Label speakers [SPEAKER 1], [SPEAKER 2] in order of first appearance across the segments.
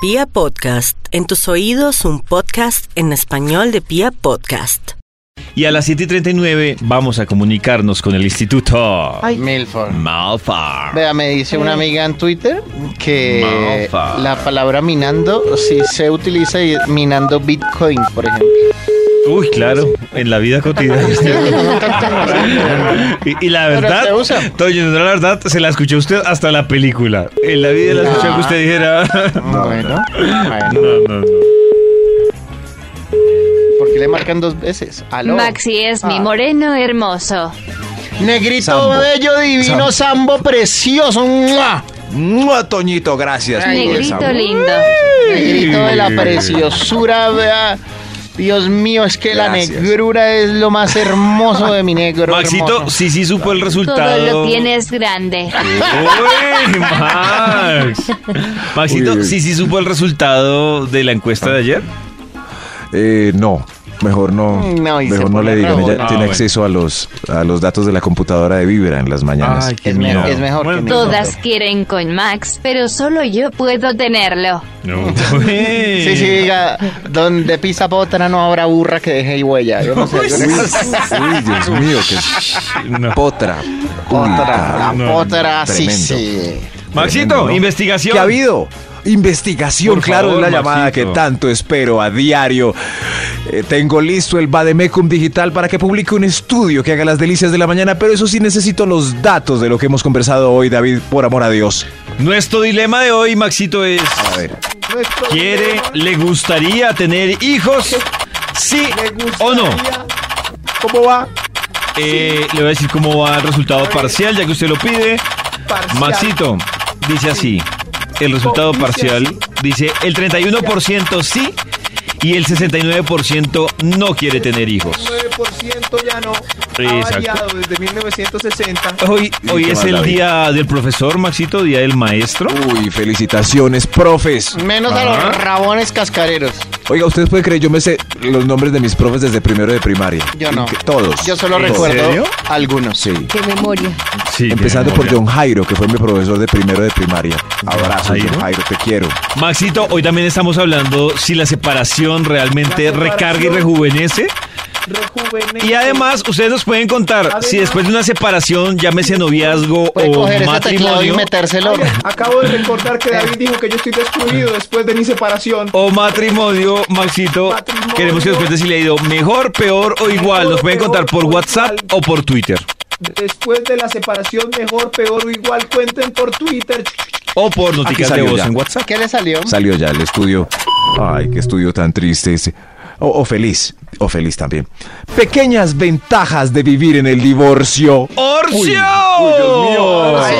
[SPEAKER 1] Pia Podcast, en tus oídos un podcast en español de Pia Podcast.
[SPEAKER 2] Y a las 7 y 39 vamos a comunicarnos con el Instituto
[SPEAKER 3] Ay.
[SPEAKER 4] Milford.
[SPEAKER 2] Malfar.
[SPEAKER 4] Vea, me dice una amiga en Twitter que
[SPEAKER 2] Malfa.
[SPEAKER 4] la palabra minando, si se utiliza y- minando Bitcoin, por ejemplo.
[SPEAKER 2] Uy, claro, en la vida cotidiana. y, y la
[SPEAKER 4] Pero
[SPEAKER 2] verdad,
[SPEAKER 4] se usa.
[SPEAKER 2] Toño, no, la verdad, se la escuchó usted hasta la película. En la vida la escuchó que usted dijera.
[SPEAKER 4] Bueno, bueno,
[SPEAKER 2] no, no, no.
[SPEAKER 4] ¿por qué le marcan dos veces? Aló.
[SPEAKER 5] Maxi es mi
[SPEAKER 4] Ah.
[SPEAKER 5] moreno hermoso.
[SPEAKER 4] Negrito
[SPEAKER 3] Sambo.
[SPEAKER 4] bello, divino, sambo, precioso. ¡mua!
[SPEAKER 3] ¡Mua, Toñito, gracias. por esa
[SPEAKER 5] Negrito
[SPEAKER 3] voz.
[SPEAKER 5] lindo.
[SPEAKER 4] Negrito de la preciosura, vea. Dios mío, es que la
[SPEAKER 3] Gracias.
[SPEAKER 4] negrura es lo más hermoso de mi negro.
[SPEAKER 2] Maxito,
[SPEAKER 4] hermoso.
[SPEAKER 2] sí, sí supo el
[SPEAKER 5] Todo
[SPEAKER 2] resultado.
[SPEAKER 5] lo tienes grande.
[SPEAKER 2] Uy, Max. Maxito,
[SPEAKER 3] Uy.
[SPEAKER 2] sí, sí supo el resultado de la encuesta de ayer.
[SPEAKER 3] Eh, no, mejor no.
[SPEAKER 4] Mm, No, y se
[SPEAKER 3] mejor no
[SPEAKER 4] pone
[SPEAKER 3] le digan.
[SPEAKER 4] bravo.
[SPEAKER 3] Ella
[SPEAKER 2] Ah,
[SPEAKER 3] tiene
[SPEAKER 2] bueno.
[SPEAKER 3] acceso a los, a los datos de la computadora de Vibra en las mañanas.
[SPEAKER 2] Ay,
[SPEAKER 4] es, me- es mejor
[SPEAKER 2] Bueno,
[SPEAKER 4] que mi
[SPEAKER 5] Todas
[SPEAKER 4] negro.
[SPEAKER 5] quieren con Max, pero solo yo puedo tenerlo.
[SPEAKER 2] No.
[SPEAKER 4] Sí, sí, diga, donde pisa potra no habrá burra que deje y huella. Yo no sé, yo no-
[SPEAKER 3] Uy, Dios mío, que es
[SPEAKER 2] No.
[SPEAKER 3] potra.
[SPEAKER 4] Potra,
[SPEAKER 3] pública.
[SPEAKER 2] no,
[SPEAKER 4] la potra, sí,
[SPEAKER 3] tremendo.
[SPEAKER 4] sí.
[SPEAKER 2] Maxito,
[SPEAKER 3] Tremendo, ¿no?
[SPEAKER 2] investigación.
[SPEAKER 3] ¿Qué ha habido? Investigación,
[SPEAKER 2] Por
[SPEAKER 3] claro,
[SPEAKER 2] favor,
[SPEAKER 3] es la llamada
[SPEAKER 2] Maxito.
[SPEAKER 3] que tanto espero a diario. Eh, tengo listo el Bademecum digital para que publique un estudio que haga las delicias de la mañana, pero eso sí necesito los datos de lo que hemos conversado hoy, David, por amor a Dios.
[SPEAKER 2] Nuestro dilema de hoy, Maxito, es:
[SPEAKER 3] A ver.
[SPEAKER 2] ¿quiere, le gustaría tener hijos? ¿Sí o no?
[SPEAKER 3] ¿Cómo va?
[SPEAKER 2] Eh, le voy a decir cómo va el resultado parcial, ya que usted lo pide. Maxito, dice así: el resultado parcial dice el 31% sí y el 69% no quiere tener hijos.
[SPEAKER 6] 9% ya no. Ha
[SPEAKER 2] Exacto.
[SPEAKER 6] variado desde 1960.
[SPEAKER 2] Hoy, hoy
[SPEAKER 3] ¿Qué
[SPEAKER 2] es
[SPEAKER 3] más,
[SPEAKER 2] el
[SPEAKER 3] David?
[SPEAKER 2] día del profesor, Maxito, día del maestro.
[SPEAKER 3] Uy, felicitaciones, profes.
[SPEAKER 4] Menos a los rabones cascareros.
[SPEAKER 3] Oiga, ustedes pueden creer, yo me sé los nombres de mis profes desde primero de primaria.
[SPEAKER 4] Yo no.
[SPEAKER 3] Inc- Todos.
[SPEAKER 4] Yo solo
[SPEAKER 2] ¿En
[SPEAKER 4] recuerdo
[SPEAKER 2] serio?
[SPEAKER 4] algunos.
[SPEAKER 3] Sí.
[SPEAKER 5] Qué memoria.
[SPEAKER 2] Sí,
[SPEAKER 3] Empezando
[SPEAKER 2] qué
[SPEAKER 3] por
[SPEAKER 2] memoria.
[SPEAKER 3] John Jairo, que fue mi profesor de primero de primaria. Abrazo,
[SPEAKER 2] Jairo.
[SPEAKER 3] John Jairo, te quiero.
[SPEAKER 2] Maxito, hoy también estamos hablando si la separación realmente
[SPEAKER 6] La separación.
[SPEAKER 2] recarga y rejuvenece.
[SPEAKER 6] Rejuvenece.
[SPEAKER 2] Y además, ustedes nos pueden contar si
[SPEAKER 6] Además-
[SPEAKER 2] después de una separación, llámese noviazgo
[SPEAKER 4] Puede
[SPEAKER 2] o
[SPEAKER 4] coger ese teclado y
[SPEAKER 2] matrimonio,
[SPEAKER 4] metérselo.
[SPEAKER 6] Oiga, acabo de recordar que David dijo que yo estoy
[SPEAKER 2] Mm.
[SPEAKER 6] destruido después de mi separación.
[SPEAKER 2] o matrimonio, Maxito,
[SPEAKER 6] Matrimonio.
[SPEAKER 2] queremos que nos cuentes si le ha ido mejor, peor o igual. Nos pueden
[SPEAKER 6] peor
[SPEAKER 2] contar por
[SPEAKER 6] o
[SPEAKER 2] WhatsApp
[SPEAKER 6] igual.
[SPEAKER 2] o por Twitter.
[SPEAKER 6] Después de la separación, mejor, peor o igual, cuenten por Twitter.
[SPEAKER 2] O por noticias de
[SPEAKER 3] salió
[SPEAKER 2] voz
[SPEAKER 3] ya.
[SPEAKER 2] en WhatsApp.
[SPEAKER 4] ¿Qué le salió?
[SPEAKER 3] Salió ya el estudio. Ay, qué estudio tan triste ese. O, o feliz, o feliz también. Pequeñas ventajas de vivir en el divorcio.
[SPEAKER 2] ¡Orcio!
[SPEAKER 4] Ay,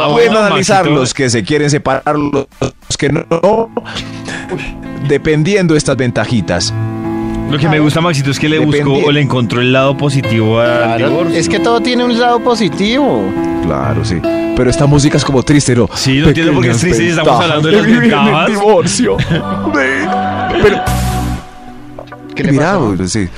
[SPEAKER 2] Ah,
[SPEAKER 3] Pueden
[SPEAKER 2] bueno,
[SPEAKER 3] analizar
[SPEAKER 2] Maxito.
[SPEAKER 3] los que se quieren separar, los que no. Dependiendo de estas ventajitas.
[SPEAKER 2] Lo que me gusta, Maxito, es que le buscó
[SPEAKER 3] Depende-
[SPEAKER 2] o le encontró el lado positivo al
[SPEAKER 4] Claro,
[SPEAKER 2] divorcio.
[SPEAKER 4] es que todo tiene un lado positivo.
[SPEAKER 3] Claro, sí. Pero esta música es como triste, ¿no?
[SPEAKER 2] Sí, no entiendo por qué es triste si estamos
[SPEAKER 3] Pequeñas
[SPEAKER 2] hablando de las
[SPEAKER 3] ventajas vivir en el
[SPEAKER 2] ventajas.
[SPEAKER 3] divorcio. Pero.
[SPEAKER 4] ¿Qué le
[SPEAKER 3] Mira,
[SPEAKER 4] pasó?
[SPEAKER 3] bueno, sí,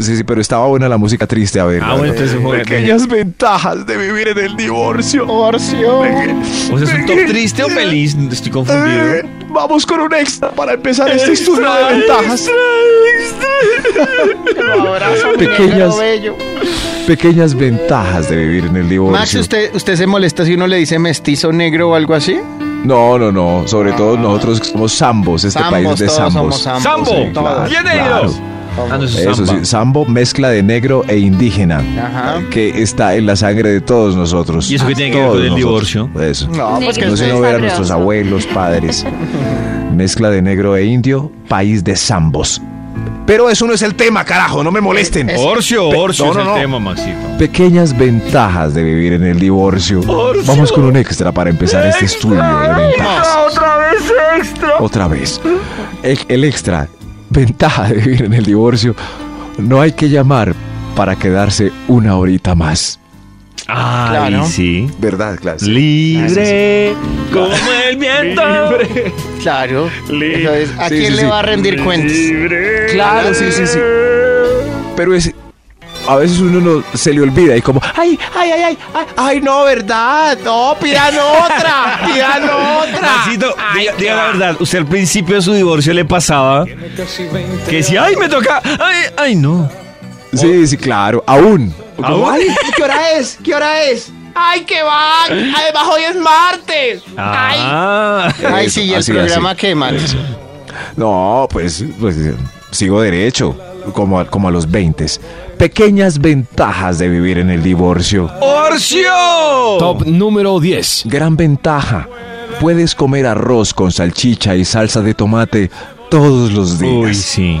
[SPEAKER 3] sí, sí, pero estaba buena la música triste, a ver.
[SPEAKER 2] Ah, bueno, entonces fue-
[SPEAKER 3] Pequeñas ventajas de vivir en el divorcio.
[SPEAKER 4] Orcio.
[SPEAKER 2] O sea, ¿es un top triste o feliz? Estoy
[SPEAKER 3] Eh,
[SPEAKER 2] confundido.
[SPEAKER 3] vamos con un extra para empezar este estudio de ventajas.
[SPEAKER 4] Abrazo, mi negro
[SPEAKER 3] Pequeñas-
[SPEAKER 4] bello.
[SPEAKER 3] Pequeñas ventajas de vivir en el divorcio.
[SPEAKER 4] Max, ¿usted, ¿usted se molesta si uno le dice mestizo negro o algo así?
[SPEAKER 3] No, no, no. Sobre todo nosotros que somos zambos. Este país
[SPEAKER 4] Zambos,
[SPEAKER 3] es de
[SPEAKER 4] todos
[SPEAKER 3] zambos.
[SPEAKER 4] somos zambos.
[SPEAKER 2] ¡Sambo!
[SPEAKER 4] Sí,
[SPEAKER 3] claro,
[SPEAKER 2] ¡Bienvenidos!
[SPEAKER 4] claro.
[SPEAKER 2] Ah, no, eso es
[SPEAKER 3] Eso
[SPEAKER 2] samba.
[SPEAKER 3] sí, sambo mezcla de negro e indígena.
[SPEAKER 4] Ajá.
[SPEAKER 3] Que está en la sangre de todos nosotros.
[SPEAKER 2] ¿Y eso qué tiene que ver
[SPEAKER 3] Todos
[SPEAKER 2] con el
[SPEAKER 3] nosotros.
[SPEAKER 2] divorcio?
[SPEAKER 3] Eso.
[SPEAKER 4] No, pues que
[SPEAKER 3] Ah, No se
[SPEAKER 5] Negro
[SPEAKER 3] lo vean
[SPEAKER 5] sabroso.
[SPEAKER 3] nuestros abuelos, padres. Mezcla de negro e indio, país de zambos. Pero eso no es el tema, carajo, no me molesten.
[SPEAKER 2] Orcio,
[SPEAKER 3] Pe-
[SPEAKER 2] Orcio
[SPEAKER 3] no,
[SPEAKER 2] es
[SPEAKER 3] no,
[SPEAKER 2] el
[SPEAKER 3] no.
[SPEAKER 2] tema, Maxito.
[SPEAKER 3] Pequeñas ventajas de vivir en el divorcio. Vamos con un extra para empezar este estudio de ventajas. Otra vez extra. Otra vez. El, el extra, ventaja de vivir en el divorcio. No hay que llamar para quedarse una horita más.
[SPEAKER 2] Ay,
[SPEAKER 4] Claro.
[SPEAKER 2] sí.
[SPEAKER 3] ¿Verdad, claro?
[SPEAKER 2] Libre como el viento.
[SPEAKER 4] Claro. Eso es, ¿A
[SPEAKER 3] Sí,
[SPEAKER 4] quién
[SPEAKER 3] sí,
[SPEAKER 4] le
[SPEAKER 3] sí.
[SPEAKER 4] va a rendir cuentas?
[SPEAKER 3] Claro, sí, sí, sí. Pero es a veces uno no, se le olvida y como,
[SPEAKER 4] Ay, ay, ay, ay, ay, ay, no, ¿verdad? No, pidan otra, pidan otra.
[SPEAKER 2] Maxito, diga, diga la verdad, usted al principio de su divorcio le pasaba que decía, ay, me toca, ay, ay, no.
[SPEAKER 3] sí, sí, claro, aún.
[SPEAKER 2] ¿Aún?
[SPEAKER 6] Ay, ¿Qué hora es? ¿Qué hora es? ¡Ay, que va! Además, hoy es martes. ¡Ay!
[SPEAKER 2] Ah,
[SPEAKER 4] Ay, sí, ¿y el
[SPEAKER 3] Así,
[SPEAKER 4] programa que Max?
[SPEAKER 3] No, pues, pues, sigo derecho, como a, como a los 20. Pequeñas ventajas de vivir en el divorcio.
[SPEAKER 2] ¡Orcio!
[SPEAKER 7] Top número 10.
[SPEAKER 3] Gran ventaja. Puedes comer arroz con salchicha y salsa de tomate todos los días.
[SPEAKER 2] Uy, sí.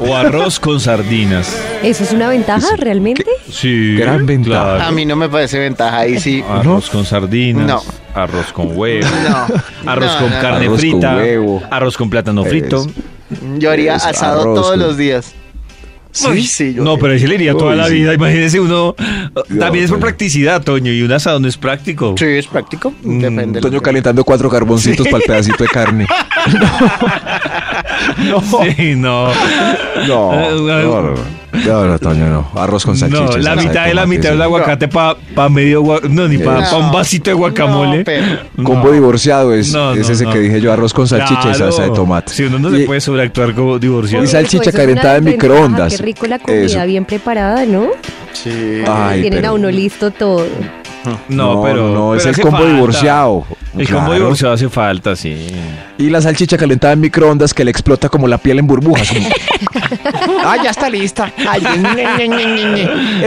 [SPEAKER 2] O arroz con sardinas.
[SPEAKER 8] ¿Eso es una ventaja realmente?
[SPEAKER 2] Sí.
[SPEAKER 3] Gran ventaja.
[SPEAKER 4] A mí no me parece ventaja, ahí sí.
[SPEAKER 2] Arroz con sardinas.
[SPEAKER 4] No.
[SPEAKER 2] Arroz con huevo.
[SPEAKER 4] No.
[SPEAKER 2] Arroz
[SPEAKER 4] No,
[SPEAKER 2] con
[SPEAKER 4] no, no.
[SPEAKER 2] carne
[SPEAKER 3] Arroz con
[SPEAKER 2] frita.
[SPEAKER 3] huevo.
[SPEAKER 2] Arroz con plátano
[SPEAKER 3] Es-
[SPEAKER 2] frito.
[SPEAKER 4] Yo haría
[SPEAKER 3] Es
[SPEAKER 4] asado
[SPEAKER 3] arroz,
[SPEAKER 4] todos
[SPEAKER 3] güey.
[SPEAKER 4] los días. Uy, sí, yo-
[SPEAKER 2] No, pero ese le iría toda
[SPEAKER 3] Uy,
[SPEAKER 2] la
[SPEAKER 3] sí.
[SPEAKER 2] vida. Imagínese uno. También es por
[SPEAKER 3] Toño.
[SPEAKER 2] practicidad, Toño. Y un asado no es práctico.
[SPEAKER 4] Sí, es práctico. Depende. de lo
[SPEAKER 3] Toño
[SPEAKER 4] que-
[SPEAKER 3] calentando cuatro carboncitos para el pedacito de carne.
[SPEAKER 2] No. Sí, no.
[SPEAKER 3] No, no, no, no, no, Toño, no. Arroz con salchicha.
[SPEAKER 2] No,
[SPEAKER 3] y
[SPEAKER 2] la
[SPEAKER 3] salsa
[SPEAKER 2] mitad de la
[SPEAKER 3] tomate,
[SPEAKER 2] mitad
[SPEAKER 3] sí.
[SPEAKER 2] del aguacate para pa medio gua- No, ni para
[SPEAKER 4] No.
[SPEAKER 2] un vasito de guacamole.
[SPEAKER 4] No, pero-
[SPEAKER 2] No.
[SPEAKER 3] Combo divorciado es,
[SPEAKER 2] No,
[SPEAKER 3] es
[SPEAKER 2] no,
[SPEAKER 3] ese
[SPEAKER 2] no.
[SPEAKER 3] que dije yo, arroz con salchicha y salsa de
[SPEAKER 2] Claro.
[SPEAKER 3] tomate.
[SPEAKER 2] Si uno no se
[SPEAKER 3] Y-
[SPEAKER 2] puede sobreactuar como divorciado.
[SPEAKER 3] Y
[SPEAKER 8] Qué rico,
[SPEAKER 3] salchicha
[SPEAKER 8] Pues eso es una
[SPEAKER 3] calentada en
[SPEAKER 8] ventaja,
[SPEAKER 3] microondas.
[SPEAKER 8] Qué rico la comida,
[SPEAKER 3] Eso.
[SPEAKER 8] bien preparada, ¿no?
[SPEAKER 4] Sí.
[SPEAKER 3] Ay,
[SPEAKER 8] Tienen
[SPEAKER 3] pero-
[SPEAKER 8] a uno listo todo.
[SPEAKER 2] No, pero.
[SPEAKER 3] No,
[SPEAKER 2] pero
[SPEAKER 3] es el
[SPEAKER 2] hace
[SPEAKER 3] combo
[SPEAKER 2] falta.
[SPEAKER 3] divorciado.
[SPEAKER 2] El
[SPEAKER 3] Claro.
[SPEAKER 2] combo divorciado hace falta, sí.
[SPEAKER 3] Y la salchicha calentada en microondas que le explota como la piel en burbujas. Ah, como-
[SPEAKER 6] ¡Ay, ya está lista! ¡Ay, ñe, ñe, ñe, ñe, ñe.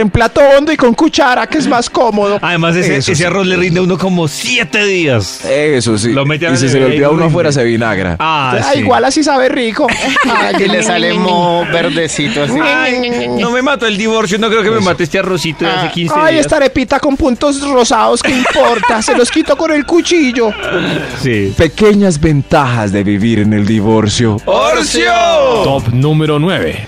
[SPEAKER 3] en plato hondo y con cuchara, que es más cómodo.
[SPEAKER 2] Además, ese,
[SPEAKER 3] Eso
[SPEAKER 2] ese
[SPEAKER 3] sí. Eh.
[SPEAKER 2] arroz le rinde a uno como siete días.
[SPEAKER 3] Eso sí.
[SPEAKER 2] Lo mete a
[SPEAKER 3] y
[SPEAKER 2] la
[SPEAKER 3] si se le
[SPEAKER 2] nevera y
[SPEAKER 3] olvida uno
[SPEAKER 2] rinde.
[SPEAKER 3] afuera, se vinagra.
[SPEAKER 2] Ah,
[SPEAKER 6] Ah,
[SPEAKER 2] sí.
[SPEAKER 6] igual así sabe rico.
[SPEAKER 4] Ay, que Ah, le sale mo verdecito así.
[SPEAKER 2] Ay, no me mató el divorcio, no creo que me mate este arrocito de hace
[SPEAKER 4] Ah,
[SPEAKER 2] 15
[SPEAKER 6] Ay,
[SPEAKER 2] días.
[SPEAKER 6] esta arepita con puntos rosados, ¿qué importa? Se los quito con el cuchillo.
[SPEAKER 2] Sí.
[SPEAKER 3] Pequeñas ventajas de vivir en el divorcio.
[SPEAKER 2] ¡Orcio!
[SPEAKER 7] Top número 9.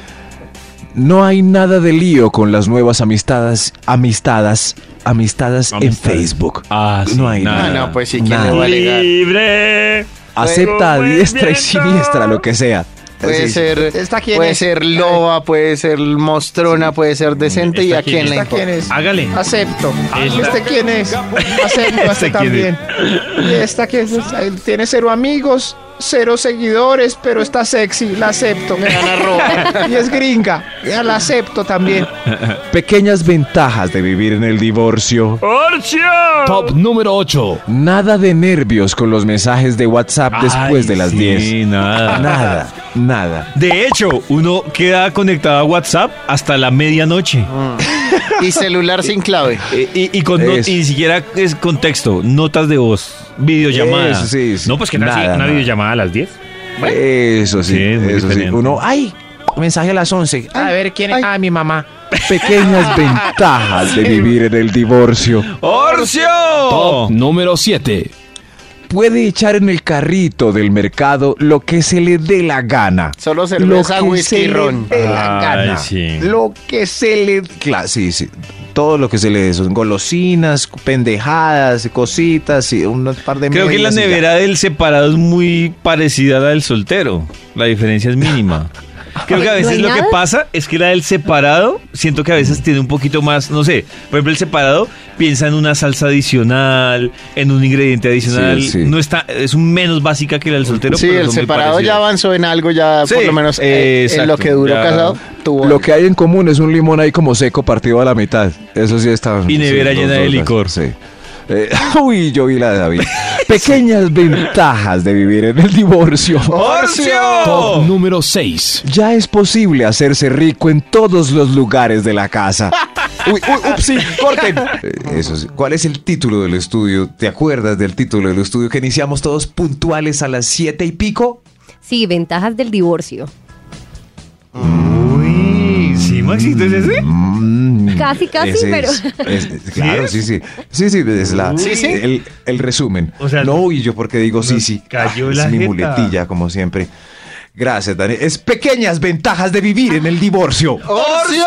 [SPEAKER 3] No hay nada de lío con las nuevas amistades, amistades, amistades, en
[SPEAKER 2] Amistades.
[SPEAKER 3] Facebook.
[SPEAKER 2] Ah, sí,
[SPEAKER 3] no hay
[SPEAKER 2] nada.
[SPEAKER 3] nada.
[SPEAKER 4] Ah, no, pues sí, ¿quién
[SPEAKER 3] Nada.
[SPEAKER 4] le va a alegar?
[SPEAKER 2] ¡Libre!
[SPEAKER 3] Acepta a
[SPEAKER 2] Pero,
[SPEAKER 3] diestra y siniestra
[SPEAKER 2] viento.
[SPEAKER 3] lo que sea.
[SPEAKER 4] Puede
[SPEAKER 3] Sí, sí.
[SPEAKER 4] ser,
[SPEAKER 6] ¿Esta quién
[SPEAKER 4] puede
[SPEAKER 6] es?
[SPEAKER 4] ser loba, puede ser mostrona, puede ser decente y
[SPEAKER 2] ¿Esta
[SPEAKER 4] a quién
[SPEAKER 2] quién
[SPEAKER 4] le
[SPEAKER 6] ¿Esta
[SPEAKER 4] importa.
[SPEAKER 6] quién es?
[SPEAKER 2] Hágale.
[SPEAKER 6] Acepto.
[SPEAKER 2] Esta.
[SPEAKER 6] ¿Este quién es? Acepto,
[SPEAKER 2] ¿Esta quién
[SPEAKER 6] este también. ¿Y esta quién es? Tiene cero amigos, cero seguidores, pero está sexy, la acepto. Me van a robar. Y es gringa, ya la acepto también.
[SPEAKER 3] Pequeñas ventajas de vivir en el divorcio.
[SPEAKER 7] Top número 8.
[SPEAKER 3] Nada de nervios con los mensajes de WhatsApp después
[SPEAKER 2] Ay,
[SPEAKER 3] de las
[SPEAKER 2] sí,
[SPEAKER 3] 10.
[SPEAKER 2] nada.
[SPEAKER 3] Nada, nada.
[SPEAKER 2] De hecho, uno queda conectado a WhatsApp hasta la medianoche.
[SPEAKER 3] Ah.
[SPEAKER 4] Y celular sin clave.
[SPEAKER 2] Eh, Y, y con no-
[SPEAKER 3] Eso.
[SPEAKER 2] y ni siquiera es contexto, notas de voz, videollamadas.
[SPEAKER 3] Eso, sí, sí.
[SPEAKER 2] No, pues que tal si
[SPEAKER 3] Nada,
[SPEAKER 2] una
[SPEAKER 3] nada.
[SPEAKER 2] videollamada a las 10.
[SPEAKER 3] Eso sí,
[SPEAKER 2] Sí, es muy
[SPEAKER 3] eso sí.
[SPEAKER 2] diferente.
[SPEAKER 3] Uno, ay, mensaje a las 11.
[SPEAKER 6] A ver quién es. Ah, mi mamá.
[SPEAKER 3] Pequeñas ventajas de vivir en el divorcio.
[SPEAKER 2] ¡Orcio!
[SPEAKER 7] Top número 7.
[SPEAKER 3] Puede echar en el carrito del mercado lo que se le dé la gana.
[SPEAKER 4] Solo cerveza,
[SPEAKER 3] Lo que
[SPEAKER 4] whisky
[SPEAKER 3] se
[SPEAKER 4] y
[SPEAKER 3] le
[SPEAKER 4] ron.
[SPEAKER 3] dé la
[SPEAKER 2] Ay,
[SPEAKER 3] gana.
[SPEAKER 2] sí.
[SPEAKER 3] Lo que se le... Cla- sí, sí. Todo lo que se le dé. Son golosinas, pendejadas, cositas y un par de...
[SPEAKER 2] Creo que la
[SPEAKER 3] medias y ya.
[SPEAKER 2] nevera del separado es muy parecida a la del soltero. La diferencia es mínima. Creo que a
[SPEAKER 8] ¿No
[SPEAKER 2] veces
[SPEAKER 8] hay
[SPEAKER 2] lo que
[SPEAKER 8] nada?
[SPEAKER 2] pasa es que la del separado, siento que a veces tiene un poquito más, no sé, por ejemplo el separado piensa en una salsa adicional, en un ingrediente adicional,
[SPEAKER 3] Sí, sí.
[SPEAKER 2] no está, es un menos básica que la del soltero.
[SPEAKER 4] sí,
[SPEAKER 2] pero
[SPEAKER 4] el
[SPEAKER 2] son muy
[SPEAKER 4] separado ya
[SPEAKER 2] parecidas.
[SPEAKER 4] avanzó en algo, ya por
[SPEAKER 2] Sí,
[SPEAKER 4] lo menos eh, en lo
[SPEAKER 2] exacto,
[SPEAKER 4] que duró
[SPEAKER 2] ya.
[SPEAKER 4] casado tuvo.
[SPEAKER 3] Lo que hay en común es un limón ahí como seco partido a la mitad. Eso sí está.
[SPEAKER 2] Y nevera
[SPEAKER 3] sí,
[SPEAKER 2] llena
[SPEAKER 3] los
[SPEAKER 2] de
[SPEAKER 3] dos,
[SPEAKER 2] licor.
[SPEAKER 3] Sí. Eh, uy, yo vi la de David. Pequeñas ventajas de vivir en el divorcio.
[SPEAKER 7] Top
[SPEAKER 2] ¡Orcio!
[SPEAKER 7] número 6.
[SPEAKER 3] Ya es posible hacerse rico en todos los lugares de la casa. Uy, uy, upsí, corten. Eh, Eso sí. ¿Cuál es el título del estudio? ¿Te acuerdas del título del estudio que iniciamos todos puntuales a las siete y pico?
[SPEAKER 8] Sí, ventajas del divorcio.
[SPEAKER 2] Uy, sí, Maxito, ¿es ese?
[SPEAKER 3] Mm,
[SPEAKER 8] Casi, casi,
[SPEAKER 3] ese
[SPEAKER 8] pero-
[SPEAKER 3] es- es- claro, sí, sí. Sí, sí, es la,
[SPEAKER 4] Sí, sí.
[SPEAKER 3] El, el resumen.
[SPEAKER 2] O sea,
[SPEAKER 3] no, y yo porque digo sí,
[SPEAKER 2] nos
[SPEAKER 3] sí.
[SPEAKER 2] cayó
[SPEAKER 3] Ah,
[SPEAKER 2] la
[SPEAKER 3] es mi
[SPEAKER 2] jeta.
[SPEAKER 3] muletilla, como siempre. Gracias, Dani. Es pequeñas ventajas de vivir en el divorcio.
[SPEAKER 2] ¡Orcio!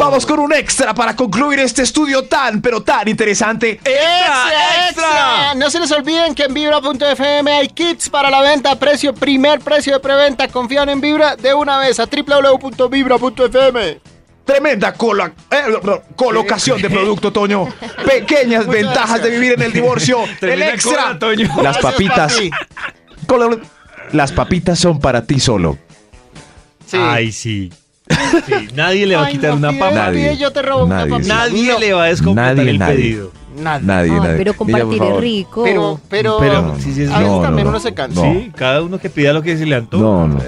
[SPEAKER 3] Vamos con un extra para concluir este estudio tan, pero tan interesante. Eh,
[SPEAKER 4] ¡Extra, extra! No se les olviden que en Vibra.fm hay kits para la venta a precio, primer precio de preventa. Confían en Vibra de una vez a www.vibra.fm.
[SPEAKER 3] Tremenda cola- eh, lo- lo- colocación de producto, Toño. Pequeñas ventajas de vivir en el divorcio. el
[SPEAKER 2] Tremenda
[SPEAKER 3] extra.
[SPEAKER 2] cola, Toño.
[SPEAKER 3] Las
[SPEAKER 4] Gracias,
[SPEAKER 3] papitas.
[SPEAKER 4] papi.
[SPEAKER 3] colo- Las papitas son para ti solo.
[SPEAKER 4] Sí.
[SPEAKER 2] Ay, sí. Sí, Nadie le va a
[SPEAKER 4] Ay,
[SPEAKER 2] quitar
[SPEAKER 4] no,
[SPEAKER 2] una
[SPEAKER 4] Fidel,
[SPEAKER 2] papa.
[SPEAKER 3] Nadie,
[SPEAKER 4] Fidel, yo te robo una
[SPEAKER 3] nadie,
[SPEAKER 4] papa.
[SPEAKER 3] sí.
[SPEAKER 2] Nadie le va a descompletar
[SPEAKER 3] Nadie,
[SPEAKER 2] el
[SPEAKER 3] nadie.
[SPEAKER 2] pedido.
[SPEAKER 4] Nada.
[SPEAKER 3] Nadie,
[SPEAKER 5] ah,
[SPEAKER 8] Ay,
[SPEAKER 3] nadie.
[SPEAKER 8] pero
[SPEAKER 3] por
[SPEAKER 8] compartir es
[SPEAKER 3] favor.
[SPEAKER 8] rico.
[SPEAKER 4] Pero, pero,
[SPEAKER 2] Pero, sí, sí, es
[SPEAKER 4] a veces
[SPEAKER 3] no,
[SPEAKER 4] también
[SPEAKER 3] no,
[SPEAKER 4] uno
[SPEAKER 3] no.
[SPEAKER 4] se cansa.
[SPEAKER 3] No.
[SPEAKER 2] Sí, cada uno que pida lo que se le antoje.
[SPEAKER 3] No, no.
[SPEAKER 4] Bueno.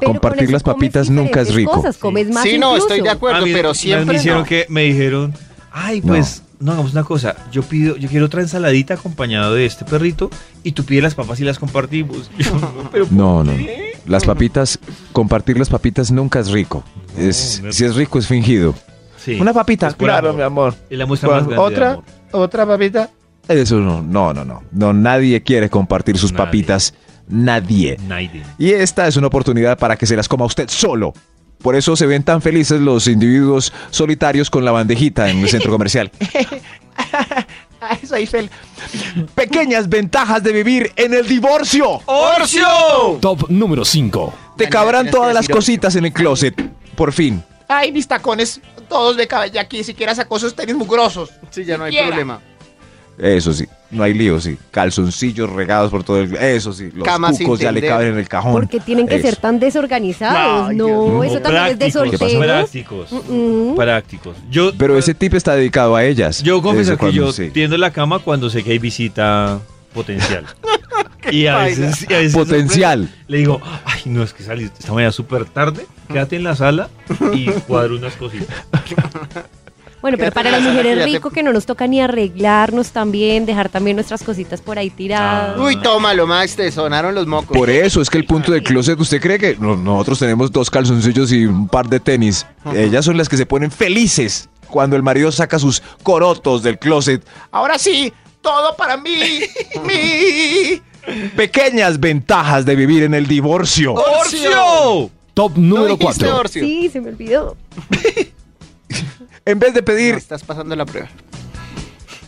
[SPEAKER 8] Pero con
[SPEAKER 3] compartir
[SPEAKER 8] eso
[SPEAKER 3] las
[SPEAKER 8] comes
[SPEAKER 3] papitas nunca es
[SPEAKER 8] diferentes
[SPEAKER 3] rico.
[SPEAKER 8] Cosas, comes más
[SPEAKER 4] Sí, no, estoy
[SPEAKER 8] incluso.
[SPEAKER 4] de acuerdo,
[SPEAKER 2] A mí
[SPEAKER 4] pero
[SPEAKER 2] me
[SPEAKER 4] siempre
[SPEAKER 2] hicieron
[SPEAKER 4] no.
[SPEAKER 2] que me dijeron, ay,
[SPEAKER 3] No.
[SPEAKER 2] pues, no. hagamos una cosa, yo pido, yo quiero otra ensaladita acompañado de este perrito y tú pides las papas y las compartimos. Yo, no, pero
[SPEAKER 3] No, no. no. Las papitas, compartir las papitas nunca es rico. Es,
[SPEAKER 2] No, no.
[SPEAKER 3] si es rico, es fingido.
[SPEAKER 2] sí,
[SPEAKER 3] Una papita,
[SPEAKER 2] es por
[SPEAKER 3] claro,
[SPEAKER 2] amor.
[SPEAKER 3] mi amor. Pues,
[SPEAKER 2] Es la muestra
[SPEAKER 3] Bueno,
[SPEAKER 2] más grande de
[SPEAKER 6] Otra,
[SPEAKER 2] amor.
[SPEAKER 6] otra papita.
[SPEAKER 3] Eso no, no, no, no. No, nadie quiere compartir sus
[SPEAKER 2] Nadie.
[SPEAKER 3] papitas. Nadie.
[SPEAKER 2] Naide.
[SPEAKER 3] Y esta es una oportunidad para que se las coma usted solo. Por eso se ven tan felices los individuos solitarios con la bandejita en el centro comercial.
[SPEAKER 6] Ay, soy feliz.
[SPEAKER 3] Pequeñas ventajas de vivir en el divorcio.
[SPEAKER 7] Top número 5.
[SPEAKER 3] Te
[SPEAKER 4] Mañana
[SPEAKER 3] cabrán
[SPEAKER 4] Oh, tienes que
[SPEAKER 3] todas las
[SPEAKER 4] decir,
[SPEAKER 3] cositas en el closet. Por fin.
[SPEAKER 6] Ay, mis tacones, todos de cabello aquí. Siquiera sacó esos tenis mugrosos.
[SPEAKER 4] Sí, ya no hay
[SPEAKER 6] Quiera.
[SPEAKER 4] problema.
[SPEAKER 3] Eso sí, no hay lío, sí. Calzoncillos regados por todo el... Eso sí, los
[SPEAKER 4] Camas sin
[SPEAKER 3] cucos ya le
[SPEAKER 4] tender.
[SPEAKER 3] caben en el cajón.
[SPEAKER 8] Porque tienen que
[SPEAKER 3] Eso.
[SPEAKER 8] ser tan desorganizados.
[SPEAKER 4] Ay, Dios
[SPEAKER 8] no,
[SPEAKER 4] mío.
[SPEAKER 8] eso
[SPEAKER 2] O
[SPEAKER 8] también es de Mm,
[SPEAKER 2] prácticos,
[SPEAKER 8] solteros.
[SPEAKER 2] Prácticos.
[SPEAKER 8] Mm-mm.
[SPEAKER 2] Prácticos. Yo,
[SPEAKER 3] Pero ese tip está dedicado a ellas.
[SPEAKER 2] yo confieso
[SPEAKER 3] Desde
[SPEAKER 2] que
[SPEAKER 3] cuando-
[SPEAKER 2] yo
[SPEAKER 3] sí.
[SPEAKER 2] tiendo la cama cuando sé que hay visita potencial. y a veces, y a veces
[SPEAKER 3] Potencial.
[SPEAKER 2] Le digo, ay, no, es que salí esta mañana súper tarde, quédate en la sala y cuadro unas cositas.
[SPEAKER 8] Bueno, pero
[SPEAKER 4] Quédate
[SPEAKER 8] para
[SPEAKER 4] en la
[SPEAKER 8] las
[SPEAKER 4] sala
[SPEAKER 8] mujeres
[SPEAKER 4] que ya te-
[SPEAKER 8] rico que no nos toca ni arreglarnos también, dejar también nuestras cositas por ahí
[SPEAKER 3] Ah.
[SPEAKER 2] Ah.
[SPEAKER 8] tiradas.
[SPEAKER 4] Uy, tómalo, Max, te sonaron los mocos.
[SPEAKER 3] Por eso es que el punto del closet, ¿usted cree que no- nosotros tenemos dos calzoncillos y un par de tenis? Ellas son las que se ponen felices cuando el marido saca sus corotos del closet.
[SPEAKER 6] Ahora sí, todo para mí. mi.
[SPEAKER 3] Pequeñas ventajas de vivir en el divorcio.
[SPEAKER 2] Oh. ¡Orcio!
[SPEAKER 7] Top
[SPEAKER 4] No
[SPEAKER 7] número
[SPEAKER 4] dijiste
[SPEAKER 7] 4.
[SPEAKER 4] Orcio.
[SPEAKER 8] Sí, se me olvidó.
[SPEAKER 3] En vez de
[SPEAKER 4] No,
[SPEAKER 3] pedir,
[SPEAKER 4] estás pasando la prueba.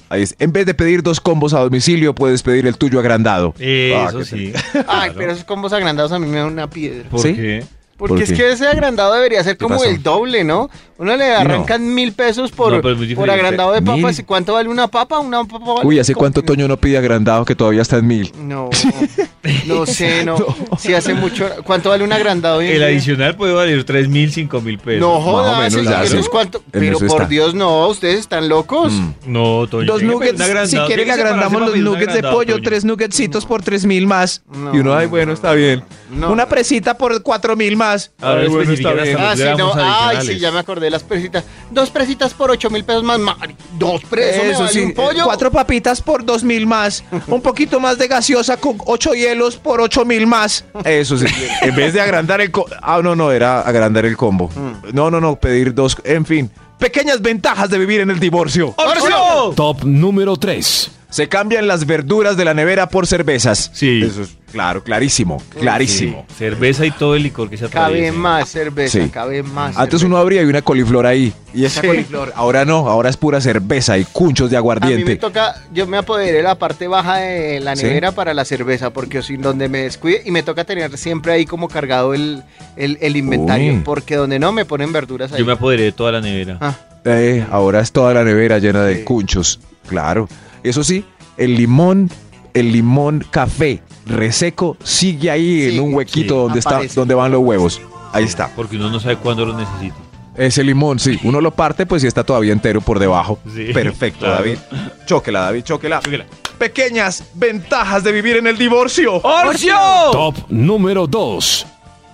[SPEAKER 3] ahí es, en vez de pedir dos combos a domicilio, puedes pedir el tuyo agrandado. Ah,
[SPEAKER 2] Eso
[SPEAKER 3] qué
[SPEAKER 2] sí.
[SPEAKER 4] Ay,
[SPEAKER 2] Claro.
[SPEAKER 4] pero esos combos agrandados a mí me dan una piedra.
[SPEAKER 2] ¿Por
[SPEAKER 3] ¿Sí?
[SPEAKER 2] qué?
[SPEAKER 4] Porque
[SPEAKER 3] ¿Por
[SPEAKER 4] es
[SPEAKER 3] qué?
[SPEAKER 4] que ese agrandado debería ser
[SPEAKER 3] ¿Qué
[SPEAKER 4] como
[SPEAKER 3] pasó?
[SPEAKER 4] el doble, ¿no? Uno le arrancan mil pesos por,
[SPEAKER 2] No, pero es muy
[SPEAKER 4] por
[SPEAKER 2] diferente.
[SPEAKER 4] agrandado de
[SPEAKER 3] Mil.
[SPEAKER 4] papas. ¿Y cuánto vale una papa? Una papa vale
[SPEAKER 3] Uy, ¿hace
[SPEAKER 4] como-
[SPEAKER 3] cuánto Toño no pide agrandado que todavía está en mil?
[SPEAKER 4] No, no sé, no. Si hace mucho. ¿Cuánto vale un agrandado? hoy en
[SPEAKER 2] El
[SPEAKER 4] día?
[SPEAKER 2] adicional puede valer 3 mil, 5 mil pesos.
[SPEAKER 4] No
[SPEAKER 3] o
[SPEAKER 4] jodas,
[SPEAKER 3] menos,
[SPEAKER 4] eso-
[SPEAKER 3] ya,
[SPEAKER 4] eso
[SPEAKER 3] sí.
[SPEAKER 4] es cuánto.
[SPEAKER 3] En
[SPEAKER 4] Pero
[SPEAKER 3] eso
[SPEAKER 4] por
[SPEAKER 3] está. Mm.
[SPEAKER 4] Dios, no, ustedes están locos.
[SPEAKER 2] No, Toño.
[SPEAKER 3] Dos
[SPEAKER 2] tiene que pedir
[SPEAKER 3] nuggets,
[SPEAKER 2] un agrandado,
[SPEAKER 3] si
[SPEAKER 2] tiene
[SPEAKER 3] quiere le
[SPEAKER 2] que separarse
[SPEAKER 3] agrandamos
[SPEAKER 2] para
[SPEAKER 3] los
[SPEAKER 2] pedir un
[SPEAKER 3] nuggets de
[SPEAKER 2] agrandado,
[SPEAKER 3] pollo,
[SPEAKER 2] Toño.
[SPEAKER 3] tres nuggetscitos por tres mil más.
[SPEAKER 4] No,
[SPEAKER 3] y uno, ay,
[SPEAKER 4] no,
[SPEAKER 3] bueno,
[SPEAKER 4] no,
[SPEAKER 3] está bien.
[SPEAKER 4] no.
[SPEAKER 3] Una presita por cuatro mil más.
[SPEAKER 2] Ahora
[SPEAKER 3] Ay, bueno,
[SPEAKER 2] especifican pues, hasta
[SPEAKER 4] Ah,
[SPEAKER 2] los
[SPEAKER 4] sí, no.
[SPEAKER 2] gramos
[SPEAKER 4] Ay,
[SPEAKER 2] adicionales.
[SPEAKER 4] sí, ya me acordé de las presitas. Dos presitas por ocho mil pesos más. ma- Dos presos, me vale un pollo.
[SPEAKER 3] Cuatro papitas por dos mil más. Un poquito más de gaseosa con ocho hielos por ocho mil más. Eso sí. en vez de agrandar el combo. Ah, no, no, era agrandar el combo. No, no, no, pedir dos. En fin. Pequeñas ventajas de vivir en el divorcio.
[SPEAKER 2] ¡Orcio!
[SPEAKER 7] Top número 3.
[SPEAKER 3] Se cambian las verduras de la nevera por cervezas.
[SPEAKER 2] Sí.
[SPEAKER 3] Eso es claro, clarísimo, clarísimo.
[SPEAKER 2] Sí, Cerveza y todo el licor que se
[SPEAKER 4] Cabe
[SPEAKER 2] atraviese.
[SPEAKER 4] más cerveza,
[SPEAKER 3] Sí.
[SPEAKER 4] cabe más.
[SPEAKER 3] Antes
[SPEAKER 4] cerveza.
[SPEAKER 3] uno abría y una coliflor ahí. Y esa coliflor. Ahora no, ahora es pura cerveza y cunchos de
[SPEAKER 4] A mí me
[SPEAKER 3] aguardiente.
[SPEAKER 4] toca, yo me apoderé la parte baja de la
[SPEAKER 3] Sí.
[SPEAKER 4] nevera para la cerveza, porque sin donde me descuide, y me toca tener siempre ahí como cargado el, el, el inventario,
[SPEAKER 3] Uy.
[SPEAKER 4] porque donde no me ponen verduras ahí.
[SPEAKER 2] Yo me apoderé de toda la nevera.
[SPEAKER 4] Ah,
[SPEAKER 3] Eh, ahora es toda la nevera llena de
[SPEAKER 4] Sí.
[SPEAKER 3] cunchos. Claro. Eso sí, el limón, el limón café reseco sigue ahí
[SPEAKER 4] Sí,
[SPEAKER 3] en un huequito
[SPEAKER 2] sí,
[SPEAKER 3] donde, está,
[SPEAKER 4] aparece.
[SPEAKER 3] donde van los huevos. Ahí está.
[SPEAKER 2] Porque uno no sabe cuándo lo necesita.
[SPEAKER 3] Ese limón, sí. Uno lo parte, pues y está todavía entero por debajo.
[SPEAKER 2] Sí,
[SPEAKER 3] Perfecto,
[SPEAKER 2] claro.
[SPEAKER 3] David. Chóquela, David, chóquela.
[SPEAKER 2] Chóquela.
[SPEAKER 3] Pequeñas ventajas de vivir en el divorcio.
[SPEAKER 2] ¡Orcio!
[SPEAKER 7] Top número 2.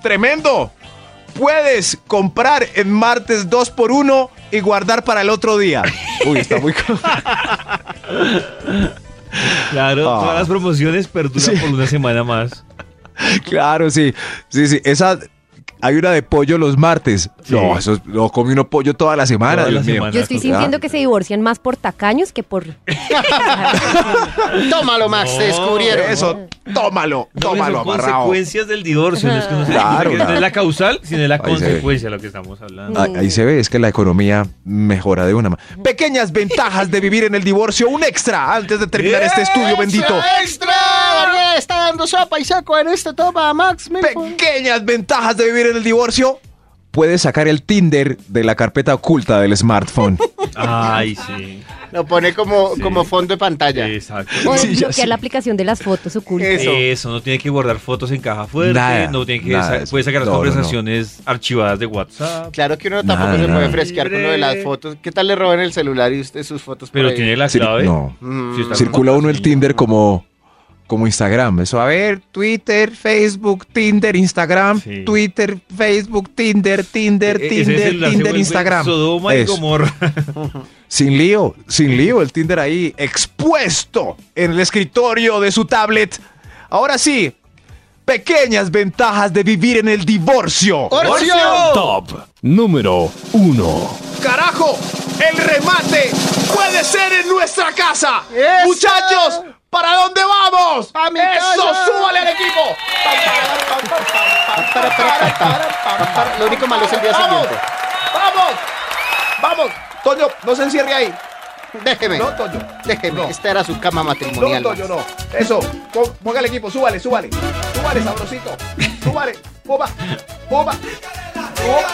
[SPEAKER 3] ¡Tremendo! Puedes comprar en martes 2 por 1 y guardar para el otro día. Uy, está muy... co-
[SPEAKER 2] Claro,
[SPEAKER 3] Ah.
[SPEAKER 2] todas las promociones perduran por una semana más.
[SPEAKER 3] claro, sí. Sí, sí. Esa... Hay una de pollo los martes.
[SPEAKER 2] Sí.
[SPEAKER 3] No, eso es- no comí uno pollo toda la semana,
[SPEAKER 2] Toda la
[SPEAKER 3] Dios mío.
[SPEAKER 2] semana.
[SPEAKER 8] Yo estoy
[SPEAKER 2] Ah.
[SPEAKER 8] sintiendo que se divorcian más por tacaños que por...
[SPEAKER 4] Tómalo, Max, te
[SPEAKER 2] No,
[SPEAKER 4] descubrieron.
[SPEAKER 3] Eso, tómalo,
[SPEAKER 2] No,
[SPEAKER 3] tómalo,
[SPEAKER 2] son
[SPEAKER 3] amarrado.
[SPEAKER 2] consecuencias del divorcio. No es que no sea-
[SPEAKER 3] Claro,
[SPEAKER 2] porque no es la causal, sino es la
[SPEAKER 3] Ahí se ve.
[SPEAKER 2] consecuencia de lo que estamos hablando.
[SPEAKER 3] Ah, Ahí se ve, es que la economía mejora de una manera. Pequeñas ventajas de vivir en el divorcio, un extra antes de terminar este estudio bendito.
[SPEAKER 4] ¡Extra, extra! Daniel está dando sopa y saco en este toma, Max. mira, por-
[SPEAKER 3] Pequeñas ventajas de vivir en el divorcio. puedes sacar el Tinder de la carpeta oculta del smartphone.
[SPEAKER 2] Ay, sí.
[SPEAKER 4] Lo pone como,
[SPEAKER 2] Sí.
[SPEAKER 4] como fondo de pantalla.
[SPEAKER 2] Exacto.
[SPEAKER 8] O
[SPEAKER 3] Sí, ya Pues
[SPEAKER 8] desbloquear
[SPEAKER 3] sé.
[SPEAKER 8] la aplicación de las fotos ocultas.
[SPEAKER 4] Eso.
[SPEAKER 2] Eso. no tiene que guardar fotos en caja fuerte,
[SPEAKER 3] Nada,
[SPEAKER 2] no tiene que
[SPEAKER 3] nada
[SPEAKER 2] sa-
[SPEAKER 3] de eso.
[SPEAKER 2] puede sacar las
[SPEAKER 3] No, no, no.
[SPEAKER 2] conversaciones archivadas de WhatsApp,
[SPEAKER 4] Claro que uno tampoco
[SPEAKER 3] Nada,
[SPEAKER 4] se puede
[SPEAKER 3] nada.
[SPEAKER 4] fresquear con lo de las fotos. ¿Qué tal le roban el celular y usted sus fotos por
[SPEAKER 2] pero
[SPEAKER 4] ahí?
[SPEAKER 2] tiene la
[SPEAKER 3] Cir-
[SPEAKER 2] clave.
[SPEAKER 3] no.
[SPEAKER 4] Mm,
[SPEAKER 2] Sí, está-
[SPEAKER 3] Circula uno el Tinder como, como Instagram. Eso, a
[SPEAKER 6] A
[SPEAKER 3] ver.
[SPEAKER 6] ver, Twitter, Facebook, Tinder, Instagram,
[SPEAKER 2] Sí.
[SPEAKER 6] Twitter, Facebook, Tinder, Tinder,
[SPEAKER 2] E- ese
[SPEAKER 6] Tinder,
[SPEAKER 2] celular se
[SPEAKER 6] Tinder,
[SPEAKER 2] vuelve
[SPEAKER 6] Instagram.
[SPEAKER 2] Sodoma y
[SPEAKER 3] Eso.
[SPEAKER 2] Gomorra.
[SPEAKER 3] Sin lío, sin lío, el Tinder ahí expuesto en el escritorio de su tablet. Ahora sí, pequeñas ventajas de vivir en el divorcio. ¡Oh,
[SPEAKER 4] ¡Orcio!
[SPEAKER 7] Top número 1.
[SPEAKER 6] ¡Carajo! ¡El remate puede ser en nuestra casa!
[SPEAKER 4] ¡Eso!
[SPEAKER 6] ¡Muchachos! ¿Para dónde vamos?
[SPEAKER 4] ¡A mi
[SPEAKER 6] ¡Eso!
[SPEAKER 4] casa!
[SPEAKER 6] ¡Súbale al equipo!
[SPEAKER 4] Para, para, para, para, para. Lo único malo es el día
[SPEAKER 6] ¡Vamos!
[SPEAKER 4] siguiente.
[SPEAKER 6] ¡Vamos! ¡Vamos! Toño, no se encierre ahí.
[SPEAKER 4] Déjeme,
[SPEAKER 6] No, Toño.
[SPEAKER 4] déjeme.
[SPEAKER 6] No.
[SPEAKER 4] Esta era su cama
[SPEAKER 6] No,
[SPEAKER 4] matrimonial.
[SPEAKER 6] Toño, no. Eso. pon- Ponga el equipo. Súbale, súbale. Súbale, sabrosito. Súbale. Boba. Boba. Boba.